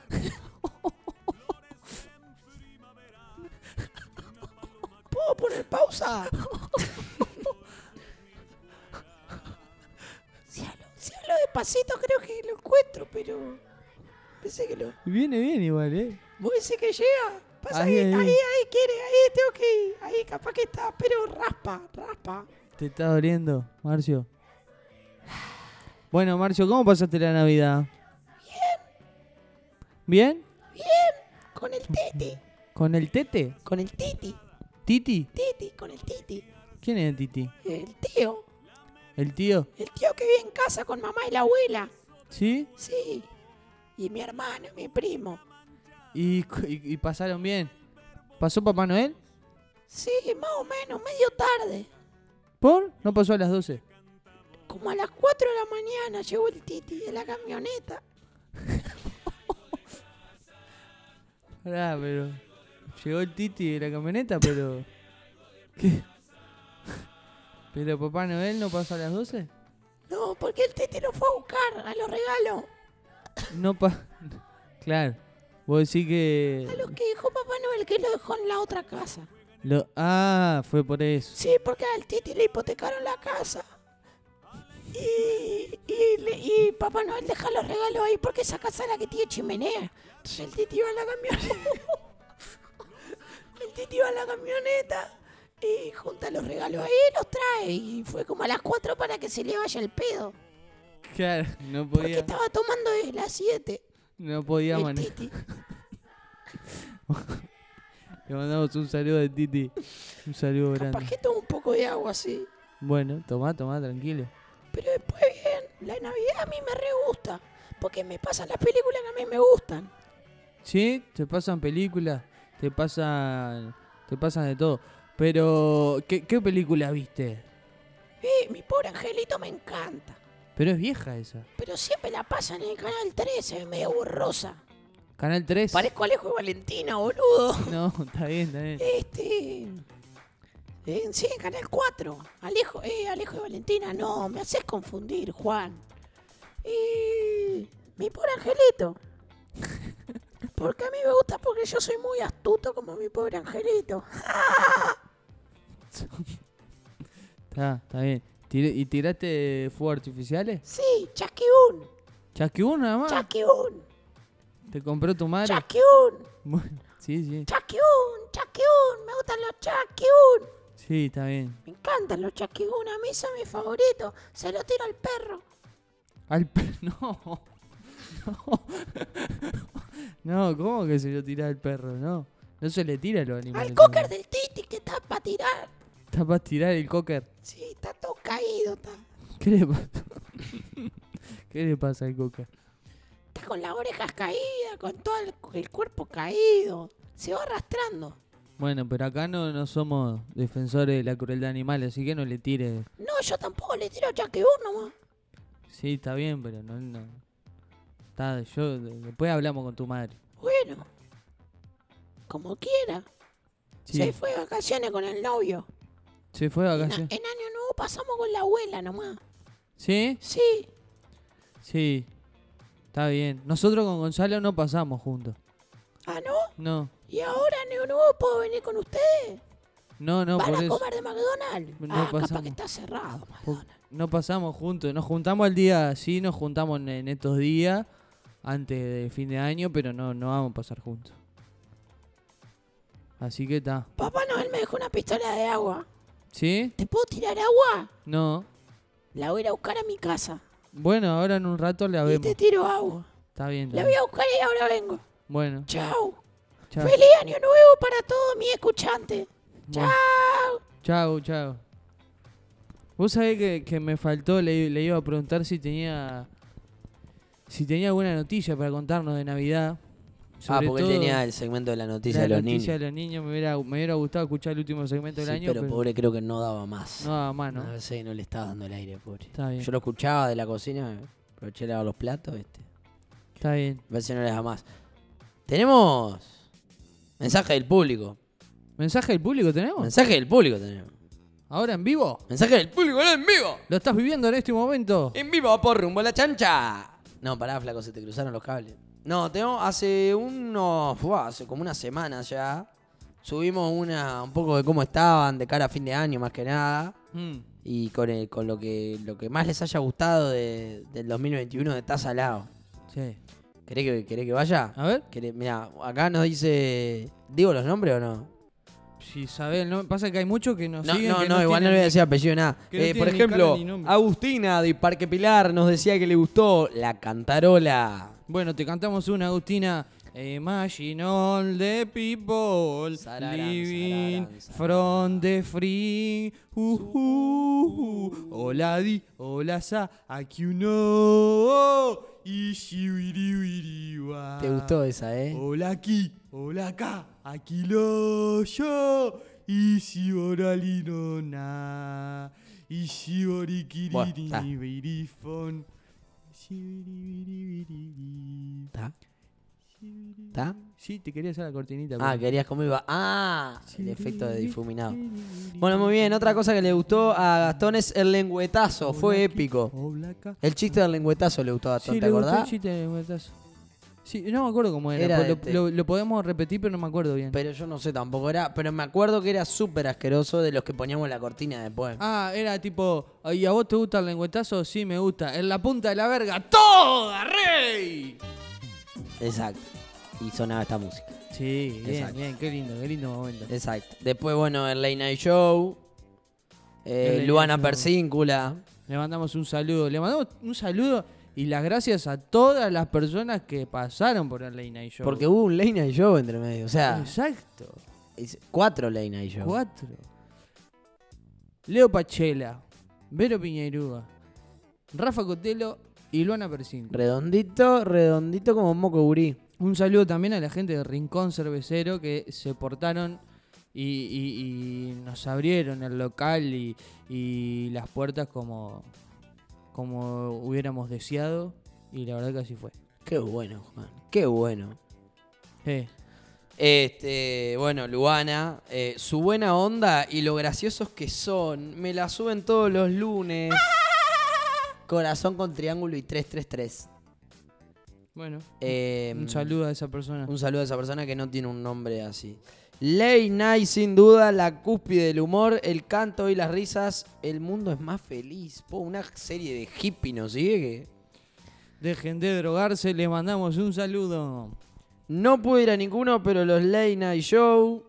S8: ¿Puedo poner pausa? Si hablo, si hablo despacito creo que lo encuentro, pero... Pensé que lo...
S5: Viene bien igual, ¿eh?
S8: ¿Vos decís que llega? Pasa
S5: Ahí,
S8: que ahí,
S5: ahí.
S8: ahí quiere, ahí tengo que ir. Ahí capaz que está, pero raspa, raspa.
S5: ¿Te está doliendo, Marcio? Bueno, Marcio, ¿cómo pasaste la Navidad? Bien. ¿Bien?
S8: Bien, con el titi,
S5: ¿Con el Tete?
S8: con el titi,
S5: ¿Titi?
S8: titi, con el titi.
S5: ¿Quién es el Titi?
S8: El tío,
S5: ¿El tío?
S8: el tío que vive en casa con mamá y la abuela.
S5: ¿Sí?
S8: Sí. Y mi hermano, y mi primo.
S5: ¿Y, cu- y- y pasaron bien? ¿Pasó Papá Noel?
S8: Sí, más o menos, medio tarde.
S5: ¿Por? No pasó a las 12.
S8: Como a las 4 de la mañana llegó el Titi de la camioneta.
S5: Ah, pero... Llegó el Titi de la camioneta, pero... ¿Qué? ¿Pero Papá Noel no pasó a las 12?
S8: No, porque el Titi lo fue a buscar a los regalos.
S5: No pa... Claro. Vos decís
S8: A
S5: que...
S8: los que dejó Papá Noel que lo dejó en la otra casa.
S5: lo- Ah, fue por eso.
S8: Sí, porque al Titi le hipotecaron la casa. Y, y, le- y Papá Noel deja los regalos ahí porque esa casa es la que tiene chimenea. Entonces el Titi iba a la camioneta. el Titi iba a la camioneta eh, junta los regalos ahí y los trae. Y fue como a las 4 para que se le vaya el pedo.
S5: Claro, no
S8: Porque
S5: podía,
S8: estaba tomando desde las 7.
S5: no podía
S8: El
S5: manejar.
S8: Titi.
S5: Le mandamos un saludo de Titi. Un saludo
S8: Capaz
S5: grande.
S8: que toma un poco de agua así.
S5: Bueno, tomá, tomá, tranquilo.
S8: Pero después bien, la Navidad a mí me re gusta. Porque me pasan las películas que a mí me gustan.
S5: Sí, te pasan películas, te pasan. te pasan de todo. Pero, ¿qué, qué película viste?
S8: Eh, mi pobre angelito me encanta.
S5: Pero es vieja esa.
S8: Pero siempre la pasan en el canal 13, medio borrosa.
S5: Canal 3.
S8: Parezco Alejo y Valentina, boludo.
S5: No, está bien, está bien.
S8: Este. en sí, en Canal 4. Alejo, eh, Alejo y Valentina, no, me haces confundir, Juan. Eh, mi pobre angelito. Porque a mí me gusta porque yo soy muy astuto como mi pobre angelito.
S5: Está, está bien. Tiré- ¿Y tiraste fuegos artificiales?
S8: Sí, Chasquibún,
S5: Chasquibún nada más.
S8: Chasquibún,
S5: Te compró tu madre.
S8: Chasquibún,
S5: Bueno, sí, sí.
S8: Chasquibún, Chasquibún, me gustan los Chasquibún.
S5: Sí, está bien.
S8: Me encantan los Chasquibún, a mí son mis favoritos. Se lo tiro al perro.
S5: Al perro. No. No. No, ¿cómo que se lo tira al perro? No. No se le tira a los animales.
S8: Al cocker del Titi que está para tirar.
S5: Está para tirar el cocker.
S8: Sí, está todo caído, está,
S5: ¿Qué le pasa? ¿Qué le pasa al cocker?
S8: está con las orejas caídas, con todo el, el cuerpo caído. Se va arrastrando.
S5: Bueno, pero acá no, no somos defensores de la crueldad animal, así que no le tire.
S8: No, yo tampoco le tiro chaquebur nomás.
S5: Sí, está bien, pero no. no. Está, yo, después hablamos con tu madre.
S8: Bueno, como quiera.
S5: Sí,
S8: Se fue de vacaciones con el novio.
S5: se fue de
S8: En,
S5: vacaciones.
S8: en año nuevo pasamos con la abuela nomás.
S5: ¿Sí?
S8: Sí,
S5: Sí. Está bien. Nosotros con Gonzalo no pasamos juntos.
S8: ah, no.
S5: No,
S8: Y ahora año nuevo puedo venir con ustedes.
S5: no, no,
S8: Van
S5: por
S8: a
S5: eso.
S8: comer de McDonald's.
S5: No
S8: ah, capaz
S5: pasamos.
S8: que está cerrado.
S5: Po- No pasamos juntos, nos juntamos al día, sí, nos juntamos en, en estos días, antes del fin de año, pero no, no vamos a pasar juntos. Así que está.
S8: Papá Noel me dejó una pistola de agua.
S5: ¿Sí?
S8: ¿Te puedo tirar agua?
S5: No.
S8: La voy a ir a buscar a mi casa.
S5: Bueno, ahora en un rato la
S8: Y
S5: vemos.
S8: te tiro agua.
S5: Está bien.
S8: La
S5: está
S8: voy
S5: bien.
S8: a buscar y ahora vengo.
S5: Bueno,
S8: Chau.
S5: chao.
S8: Feliz año nuevo para todos mis escuchantes.
S5: Bueno,
S8: Chau.
S5: chao, chao. Vos sabés que, que me faltó, le, le iba a preguntar si tenía si tenía alguna noticia para contarnos de Navidad.
S4: Ah,
S5: Sobre
S4: porque
S5: todo-
S4: él tenía el segmento de la noticia
S5: La
S4: de los
S5: noticia
S4: niños.
S5: de los niños me hubiera, me hubiera gustado escuchar el último segmento
S4: Sí,
S5: del año.
S4: pero pobre creo que no daba más.
S5: No, a mano.
S4: No sé, no le estaba dando el aire, pobre.
S5: Está bien.
S4: Yo lo escuchaba de la cocina, aproveché de lavar los platos, este.
S5: Está bien.
S4: A ver si no les da más. Tenemos mensaje del público.
S5: ¿Mensaje del público tenemos?
S4: Mensaje del público tenemos.
S5: ¿Ahora en vivo?
S4: Mensaje del público, no en vivo.
S5: ¿Lo estás viviendo en este momento?
S4: En vivo por rumbo a la chancha. No, pará, flaco, se te cruzaron los cables. No, tenemos hace unos. buah, hace como una semana ya. Subimos una, un poco de cómo estaban de cara a fin de año, más que nada.
S5: Mm.
S4: Y con, el- con lo, que, lo que más les haya gustado de- del 2021 de Taza Lao.
S5: Sí.
S4: ¿Querés que, querés que vaya?
S5: A ver,
S4: Querés- Mirá, acá nos dice. ¿Digo los nombres o no?
S5: si sabés, no pasa que hay muchos que nos
S4: No,
S5: siguen.
S4: no,
S5: que
S4: no, igual no le voy a
S5: tienen-
S4: decir apellido nada.
S5: que no
S4: Eh, por
S5: tienen ni
S4: ejemplo,
S5: cara ni nombre.
S4: Agustina de Parque Pilar nos decía que le gustó la cantarola.
S5: Bueno, te cantamos una, Agustina. Imagine all the people
S4: Sararán,
S5: living
S4: sararán, sararán.
S5: from the free. Uh, uh, uh. Hola di, hola sa, aquí Oh, uno.
S4: ¿Te
S5: Ah.
S4: gustó esa, eh?
S5: Hola aquí, hola acá, aquí lo yo. Y si oralinona, y si
S4: Bueno, está.
S5: orikiribirifon.
S4: ¿Está? ¿Está?
S5: Sí, te quería hacer la cortinita.
S4: Ah,
S5: pero-
S4: querías cómo iba. Ah, el efecto de difuminado. Bueno, muy bien. Otra cosa que le gustó a Gastón es el lengüetazo. Fue épico.
S5: Hola, acá.
S4: El chiste del lengüetazo le gustó a Gastón,
S5: Sí,
S4: ¿te
S5: le gustó el
S4: acordás?
S5: chiste de Guetazo. Sí, no me acuerdo cómo era.
S4: Era
S5: po- lo,
S4: este.
S5: lo- lo podemos repetir, pero no me acuerdo bien.
S4: Pero yo no sé tampoco era. Pero me acuerdo que era súper asqueroso de los que poníamos la cortina después.
S5: Ah, era tipo, ¿y a vos te gusta el lengüetazo? Sí, me gusta. En la punta de la verga, ¡toda, rey!
S4: Exacto. y sonaba esta música.
S5: Sí, bien,
S4: Exacto.
S5: bien, qué lindo, qué lindo momento.
S4: Exacto. Después, bueno, el Late Night Show. eh,
S5: El Late
S4: Luana
S5: Night Show.
S4: Persíncula.
S5: Le mandamos un saludo, le mandamos un saludo y las gracias a todas las personas que pasaron por el Late Night Show.
S4: Porque hubo un Late Night Show entre medio. O sea,
S5: Exacto,
S4: es- cuatro Late Night Show.
S5: cuatro. Leo Pachela, Vero Piñeirúa, Rafa Cotelo y Luana Persin.
S4: Redondito, redondito como moco gurí.
S5: Un saludo también a la gente de Rincón Cervecero que se portaron y, y- y nos abrieron el local y, y las puertas como, como hubiéramos deseado. Y la verdad que así fue.
S4: Qué bueno, Juan. Qué bueno.
S5: Eh,
S4: Este, bueno, Luana, eh, su buena onda y lo graciosos que son, me la suben todos los lunes. Corazón con triángulo y 333.
S5: bueno,
S4: Eh,
S5: un saludo a esa persona.
S4: Un saludo a esa persona que no tiene un nombre así. Late Night, sin duda, la cúspide del humor, el canto y las risas. El mundo es más feliz. Po, una serie de hippies, ¿no sigue? Que
S5: Dejen de drogarse, les mandamos un saludo.
S4: No pude ir a ninguno, pero los Late Night Show.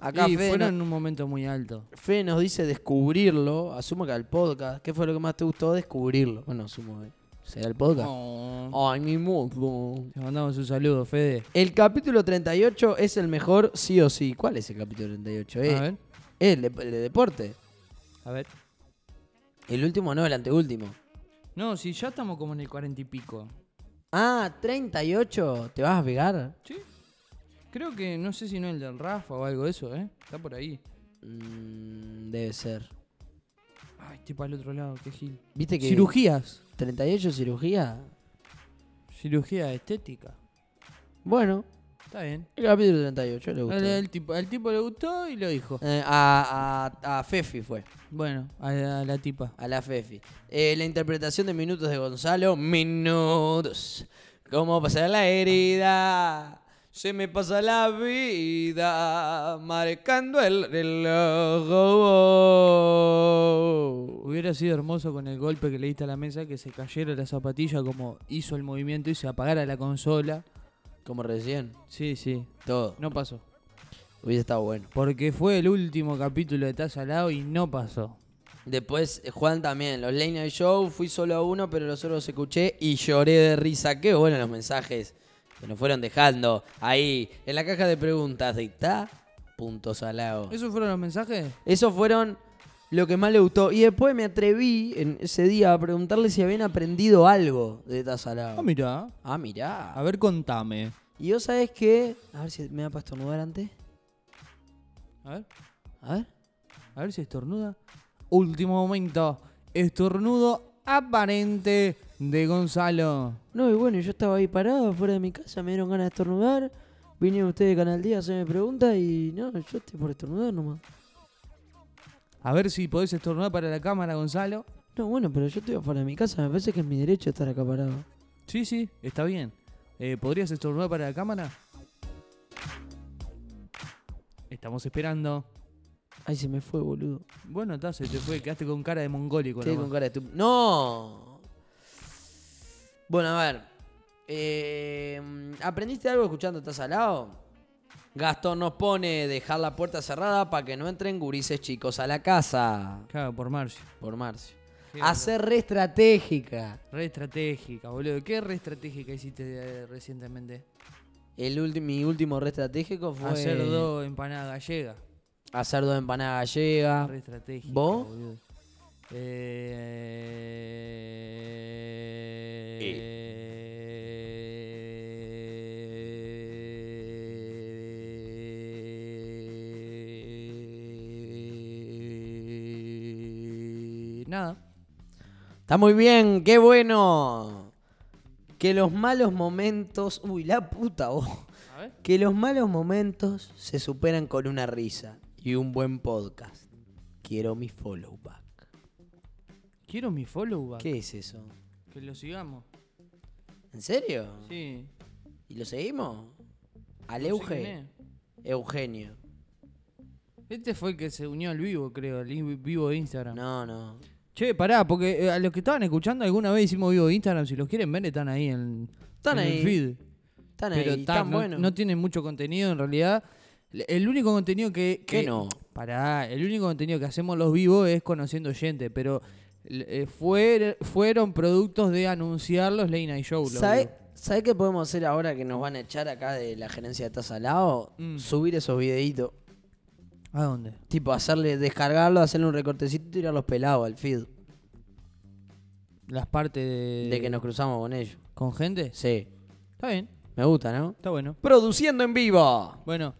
S4: Acá
S5: y
S4: Fede,
S5: fueron en
S4: no-
S5: un momento muy alto.
S4: Fede nos dice descubrirlo. Asumo que al podcast. ¿Qué fue lo que más te gustó? Descubrirlo. Bueno, asumo. eh. ¿Será el podcast?
S5: Oh.
S4: Ay, mi mundo.
S5: Les mandamos un saludo, Fede.
S4: El capítulo 38 es el mejor, sí o sí. ¿Cuál es el capítulo 38? Eh,
S5: A ver,
S4: El de, el de deporte.
S5: a ver.
S4: El último no, el anteúltimo.
S5: No, si ya estamos como en el cuarenta y pico.
S4: Ah, 38. ¿Te vas a pegar?
S5: Sí. Creo que no sé si no el del Rafa o algo de eso, ¿eh? Está por ahí.
S4: Mm, debe ser.
S5: Ay, estoy para el otro lado, qué gil.
S4: ¿Viste que
S5: Cirugías.
S4: 38 cirugía?
S5: Cirugía estética.
S4: Bueno,
S5: Está bien.
S4: el capítulo 38 le gustó.
S5: Al, al tipo, al tipo le gustó y lo dijo.
S4: Eh, a, a- a Fefi fue,
S5: Bueno, a la, a la tipa.
S4: a la Fefi. Eh, la interpretación de Minutos de Gonzalo. Minutos. ¿Cómo pasar la herida? Se me pasa la vida marcando el reloj.
S5: Hubiera sido hermoso con el golpe que le diste a la mesa que se cayera la zapatilla como hizo el movimiento y se apagara la consola.
S4: Como recién,
S5: Sí, sí,
S4: todo.
S5: no pasó.
S4: Hubiese estado bueno.
S5: Porque fue el último capítulo de Taza al Lado y no pasó.
S4: Después, eh, Juan también, los Late Night Show, fui solo a uno, pero los otros los escuché y lloré de risa. Qué bueno los mensajes que nos fueron dejando ahí, en la caja de preguntas de Ta. Punto salado.
S5: ¿Esos fueron los mensajes?
S4: Esos fueron lo que más le gustó. Y después me atreví en ese día a preguntarle si habían aprendido algo de Ta
S5: Ah,
S4: Salado.
S5: mira.
S4: Ah, mirá.
S5: A ver, contame.
S4: Y vos sabés que. A ver si me da para estornudar antes.
S5: A ver,
S4: A ver.
S5: a ver si estornuda. Último momento. Estornudo aparente de Gonzalo.
S4: No, y bueno, yo estaba ahí parado fuera de mi casa, me dieron ganas de estornudar. Vinieron ustedes de Canal Día a hacerme preguntas y no, yo estoy por estornudar nomás.
S5: A ver si podés estornudar para la cámara, Gonzalo.
S4: No, bueno, pero yo estoy fuera de mi casa, me parece que es mi derecho estar acá parado.
S5: Sí, sí, está bien. Eh, ¿Podrías estornudar para la cámara? Estamos esperando.
S4: Ay, se me fue, boludo.
S5: Bueno, está, se te fue, quedaste con cara de mongólico.
S4: Quedé
S5: nomás.
S4: con cara de estup- ¡No! Bueno, a ver. Eh, ¿Aprendiste algo escuchando ¿Estás al lado? Gastón nos pone dejar la puerta cerrada para que no entren gurises chicos a la casa.
S5: Claro, por Marcio.
S4: Por Marcio.
S5: Sí,
S4: Hacer re estratégica.
S5: Re estratégica, boludo. ¿Qué re estratégica hiciste eh, recientemente?
S4: El ulti- mi último re estratégico fue
S5: Hacer dos empanadas gallegas.
S4: hacer dos empanadas gallegas.
S5: Re estratégica,
S4: ¿Vos?
S5: boludo. Eh... Eh, Nada.
S4: Está muy bien, qué bueno. Que los malos momentos. Uy, la puta vos.
S5: A ver.
S4: Que los malos momentos se superan con una risa y un buen podcast. Quiero mi follow back.
S5: Quiero mi follow back.
S4: ¿Qué es eso?
S5: Que lo sigamos.
S4: ¿En serio?
S5: Sí.
S4: ¿Y lo seguimos? Al
S5: No sé quién
S4: Euge.
S5: es.
S4: Eugenio.
S5: Este fue el que se unió al vivo, creo, al in- vivo de Instagram.
S4: No, no.
S5: Che, pará, porque eh, a los que estaban escuchando alguna vez hicimos vivo de Instagram, si los quieren ver están ahí en,
S4: Están
S5: en
S4: ahí.
S5: el feed.
S4: Están están ahí,
S5: Pero ta,
S4: están
S5: no,
S4: buenos.
S5: no tienen mucho contenido en realidad. Le- El único contenido que.
S4: ¿Qué
S5: que-
S4: no?
S5: Pará, el único contenido que hacemos los vivos es conociendo gente, pero eh, fuer- fueron productos de anunciar los Late Night Show. los
S4: ¿Sabes
S5: vivos.
S4: qué podemos hacer ahora que nos van a echar acá de la gerencia de Tazalao?
S5: Mm.
S4: Subir esos videitos.
S5: ¿A dónde?
S4: Tipo, hacerle, descargarlo, hacerle un recortecito y tirar los pelados al feed.
S5: Las partes de.
S4: De que nos cruzamos con ellos.
S5: ¿Con gente?
S4: Sí.
S5: Está bien,
S4: Me gusta, ¿no?
S5: está bueno.
S4: Produciendo en vivo.
S5: Bueno,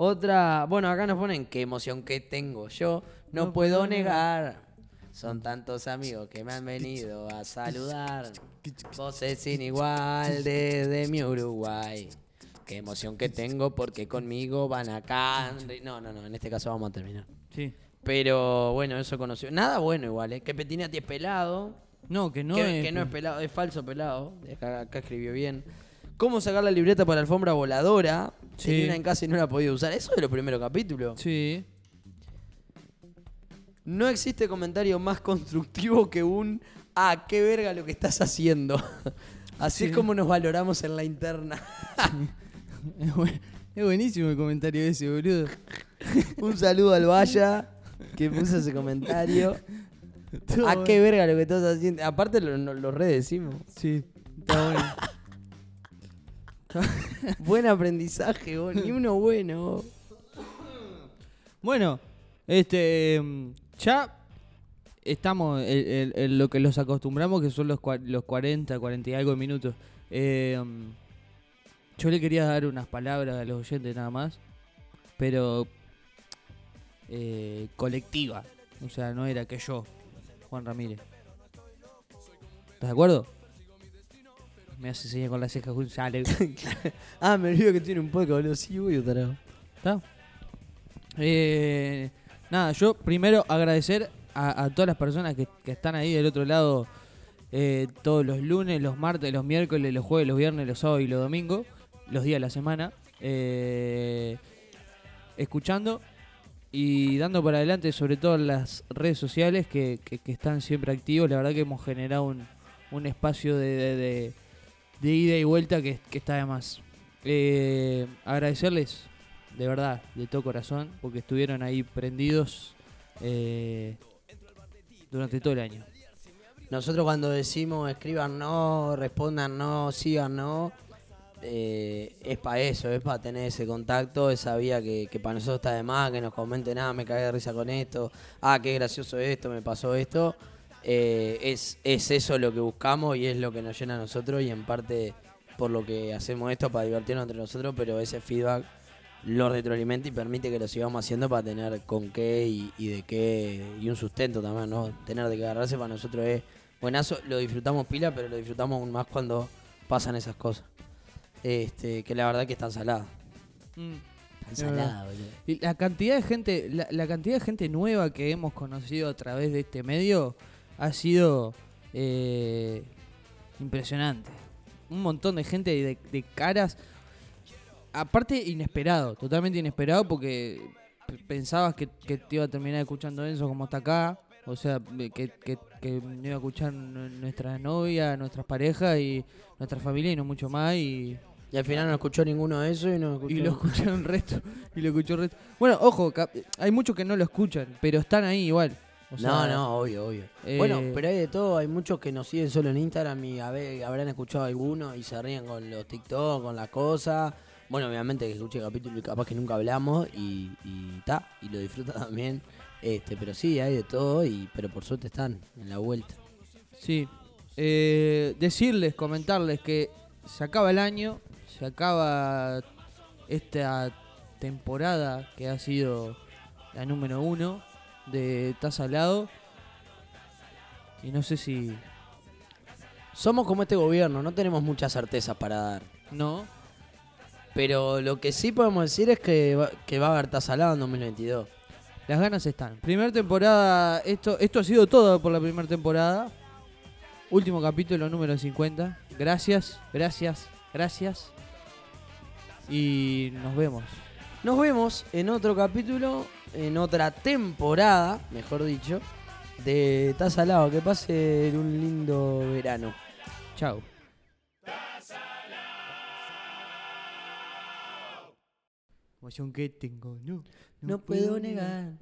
S4: Otra, bueno, acá nos ponen qué emoción que tengo yo, no, puedo negar. Son tantos amigos que me han venido a saludar. Voces sin igual desde mi Uruguay. Qué emoción que tengo porque conmigo van acá. No, no, no, en este caso vamos a terminar.
S5: sí.
S4: Pero bueno, eso conoció. Nada bueno igual, ¿eh? Que Petinati es pelado.
S5: No, que no
S4: que,
S5: es.
S4: que no eh, es pelado, es falso pelado. Acá, acá escribió bien. ¿Cómo sacar la libreta para alfombra voladora?
S5: Sí.
S4: Tenía una en casa y no la podía usar. Eso de los primeros capítulos.
S5: Sí.
S4: No existe comentario más constructivo que un ah, qué verga lo que estás haciendo. Así es como nos valoramos en la interna.
S5: Es buen- es buenísimo el comentario ese, boludo.
S4: un saludo al Vaya que puso ese comentario.
S5: Todo
S4: ah, qué verga lo que estás haciendo. Aparte lo, lo- lo redecimos.
S5: Sí, está bueno.
S4: Buen aprendizaje, vos, ni uno bueno. vos.
S5: Bueno, este mm, ya estamos en, en- en lo que los acostumbramos, que son los, cua- los 40, 40 y algo de minutos. Eh, mm, yo le quería dar unas palabras a los oyentes nada más, pero eh, colectiva. O sea, no era que yo, Juan Ramírez. ¿Estás de acuerdo? Me hace señas con la ceja González.
S4: Ah, me olvido que tiene un podcast, boludo. Sí, voy tarado.
S5: ¿Está? Eh, nada, yo primero agradecer a, a todas las personas que, que están ahí del otro lado eh, todos los lunes, los martes, los miércoles, los jueves, los viernes, los sábados y los domingos, los días de la semana, eh, escuchando y dando para adelante sobre todo en las redes sociales que, que- que están siempre activos. La verdad que hemos generado un, un espacio de, de- de- de ida y vuelta que, que está de más. Eh, agradecerles de verdad, de todo corazón, porque estuvieron ahí prendidos eh, durante todo el año.
S4: Nosotros cuando decimos escriban no, respondan no, sigan no, eh, es para eso, es para tener ese contacto, esa vía que, para nosotros está de más, que nos comenten, nada, me cagué de risa con esto, ah, qué gracioso esto, me pasó esto. Eh, es, es eso lo que buscamos y es lo que nos llena a nosotros y en parte por lo que hacemos esto para divertirnos entre nosotros, pero ese feedback lo retroalimenta y permite que lo sigamos haciendo para tener con qué y, y de qué y un sustento también, ¿no? Tener de qué agarrarse para nosotros es buenazo, lo disfrutamos pila, pero lo disfrutamos aún más cuando pasan esas cosas. Este, que la verdad que Eh, están saladas. Están
S5: Es verdad.
S4: saladas, boludo.
S5: Y la cantidad de gente, la, la cantidad de gente nueva que hemos conocido a través de este medio ha sido eh, impresionante. Un montón de gente de, de caras. Aparte inesperado, totalmente inesperado porque p- pensabas que, que te iba a terminar escuchando Enzo como está acá. O sea, que, que- que no iba a escuchar n- nuestras novias, nuestras parejas y nuestra familia y no mucho más. Y
S4: Y al final no escuchó ninguno de eso y no escuchó.
S5: y lo escucharon resto. Y lo escuchó resto. Bueno, ojo, cap- hay muchos que no lo escuchan, pero están ahí igual. O
S4: no,
S5: sea,
S4: no, obvio, obvio.
S5: eh,
S4: Bueno, pero hay de todo, hay muchos que nos siguen solo en Instagram y a ver, habrán escuchado algunos y se ríen con los TikTok, con las cosas. Bueno, obviamente que escuche el capítulo y capaz que nunca hablamos y y ta, y lo disfruta también. Este, pero sí, hay de todo y pero por suerte están en la vuelta.
S5: Sí. Eh, decirles, comentarles que se acaba el año, se acaba esta temporada que ha sido la número uno de Taza al lado. Y no sé si.
S4: Somos como este gobierno, no tenemos muchas certezas para dar.
S5: No.
S4: Pero lo que sí podemos decir es que va, que va a haber tasalado en 2022.
S5: Las ganas están. Primera temporada, esto, esto ha sido todo por la primera temporada. Último capítulo, número 50. Gracias, gracias, gracias. Y nos vemos.
S4: Nos vemos en otro capítulo, en otra temporada, mejor dicho, de Tasalado. Que pase un lindo verano.
S5: Chao.
S1: Tasalao,
S5: Emoción que tengo, no.
S4: No puedo negar.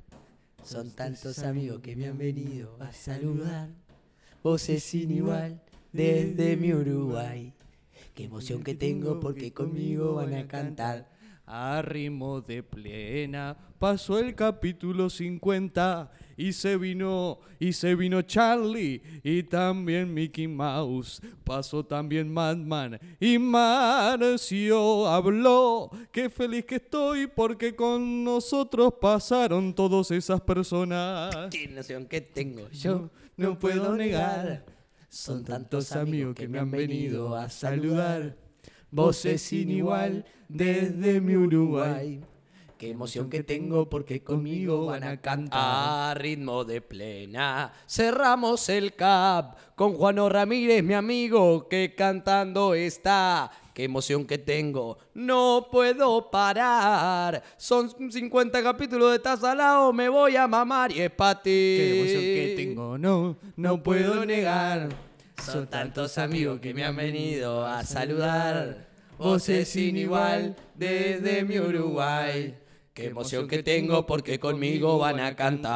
S4: Son tantos amigos que me han venido a saludar. Voces sin igual desde mi Uruguay. Qué emoción que tengo porque conmigo van a cantar.
S5: A ritmo de plena pasó el capítulo 50 y se vino, y se vino Charlie y también Mickey Mouse. Pasó también Madman y Marcio habló. Qué feliz que estoy porque con nosotros pasaron todas esas personas.
S4: Qué emoción que tengo yo, no puedo negar. Son tantos amigos que me han venido a saludar. Voces sin igual desde mi Uruguay. Qué emoción que tengo porque conmigo van a cantar. A ritmo de plena. Cerramos el cap con Juano Ramírez, mi amigo, que cantando está. Qué emoción que tengo, no puedo parar. Son 50 capítulos de Tazalao, me voy a mamar y es para ti.
S5: Qué emoción que tengo, no, no puedo negar.
S4: Son tantos amigos que me han venido a saludar. Voces sin igual desde mi Uruguay. Qué emoción que tengo porque conmigo van a cantar.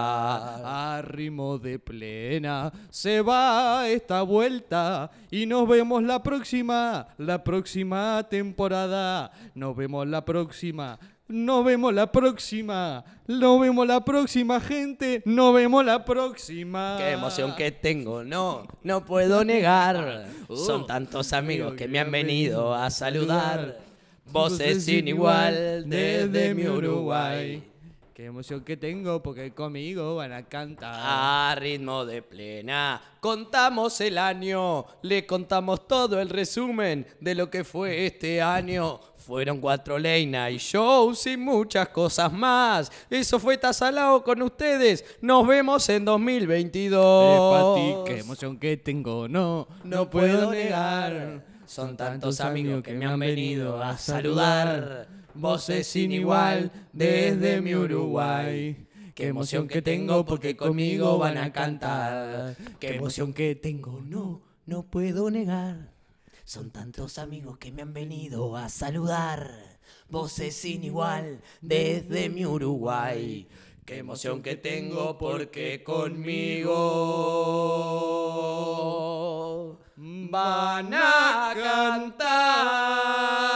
S5: A ritmo de plena se va esta vuelta y nos vemos la próxima, la próxima temporada. Nos vemos la próxima. Nos vemos la próxima. Nos vemos la próxima, gente. Nos vemos la próxima.
S4: Qué emoción que tengo, no, no puedo negar. Son tantos amigos que me han venido a saludar. Voces sin igual desde mi Uruguay.
S5: Qué emoción que tengo porque conmigo van a cantar.
S4: A ritmo de plena, contamos el año, le contamos todo el resumen de lo que fue este año. Fueron cuatro late night shows y muchas cosas más. Eso fue Tazalao con ustedes. Nos vemos en 2022.
S5: Eh, Pati, qué emoción que tengo, no,
S4: No puedo negar. Son tantos amigos que me han venido a saludar. Voces sin igual desde mi Uruguay. Qué emoción que tengo porque conmigo van a cantar. Qué emoción que tengo, no, no puedo negar. Son tantos amigos que me han venido a saludar. Voces sin igual desde mi Uruguay. Qué emoción que tengo porque conmigo van a cantar.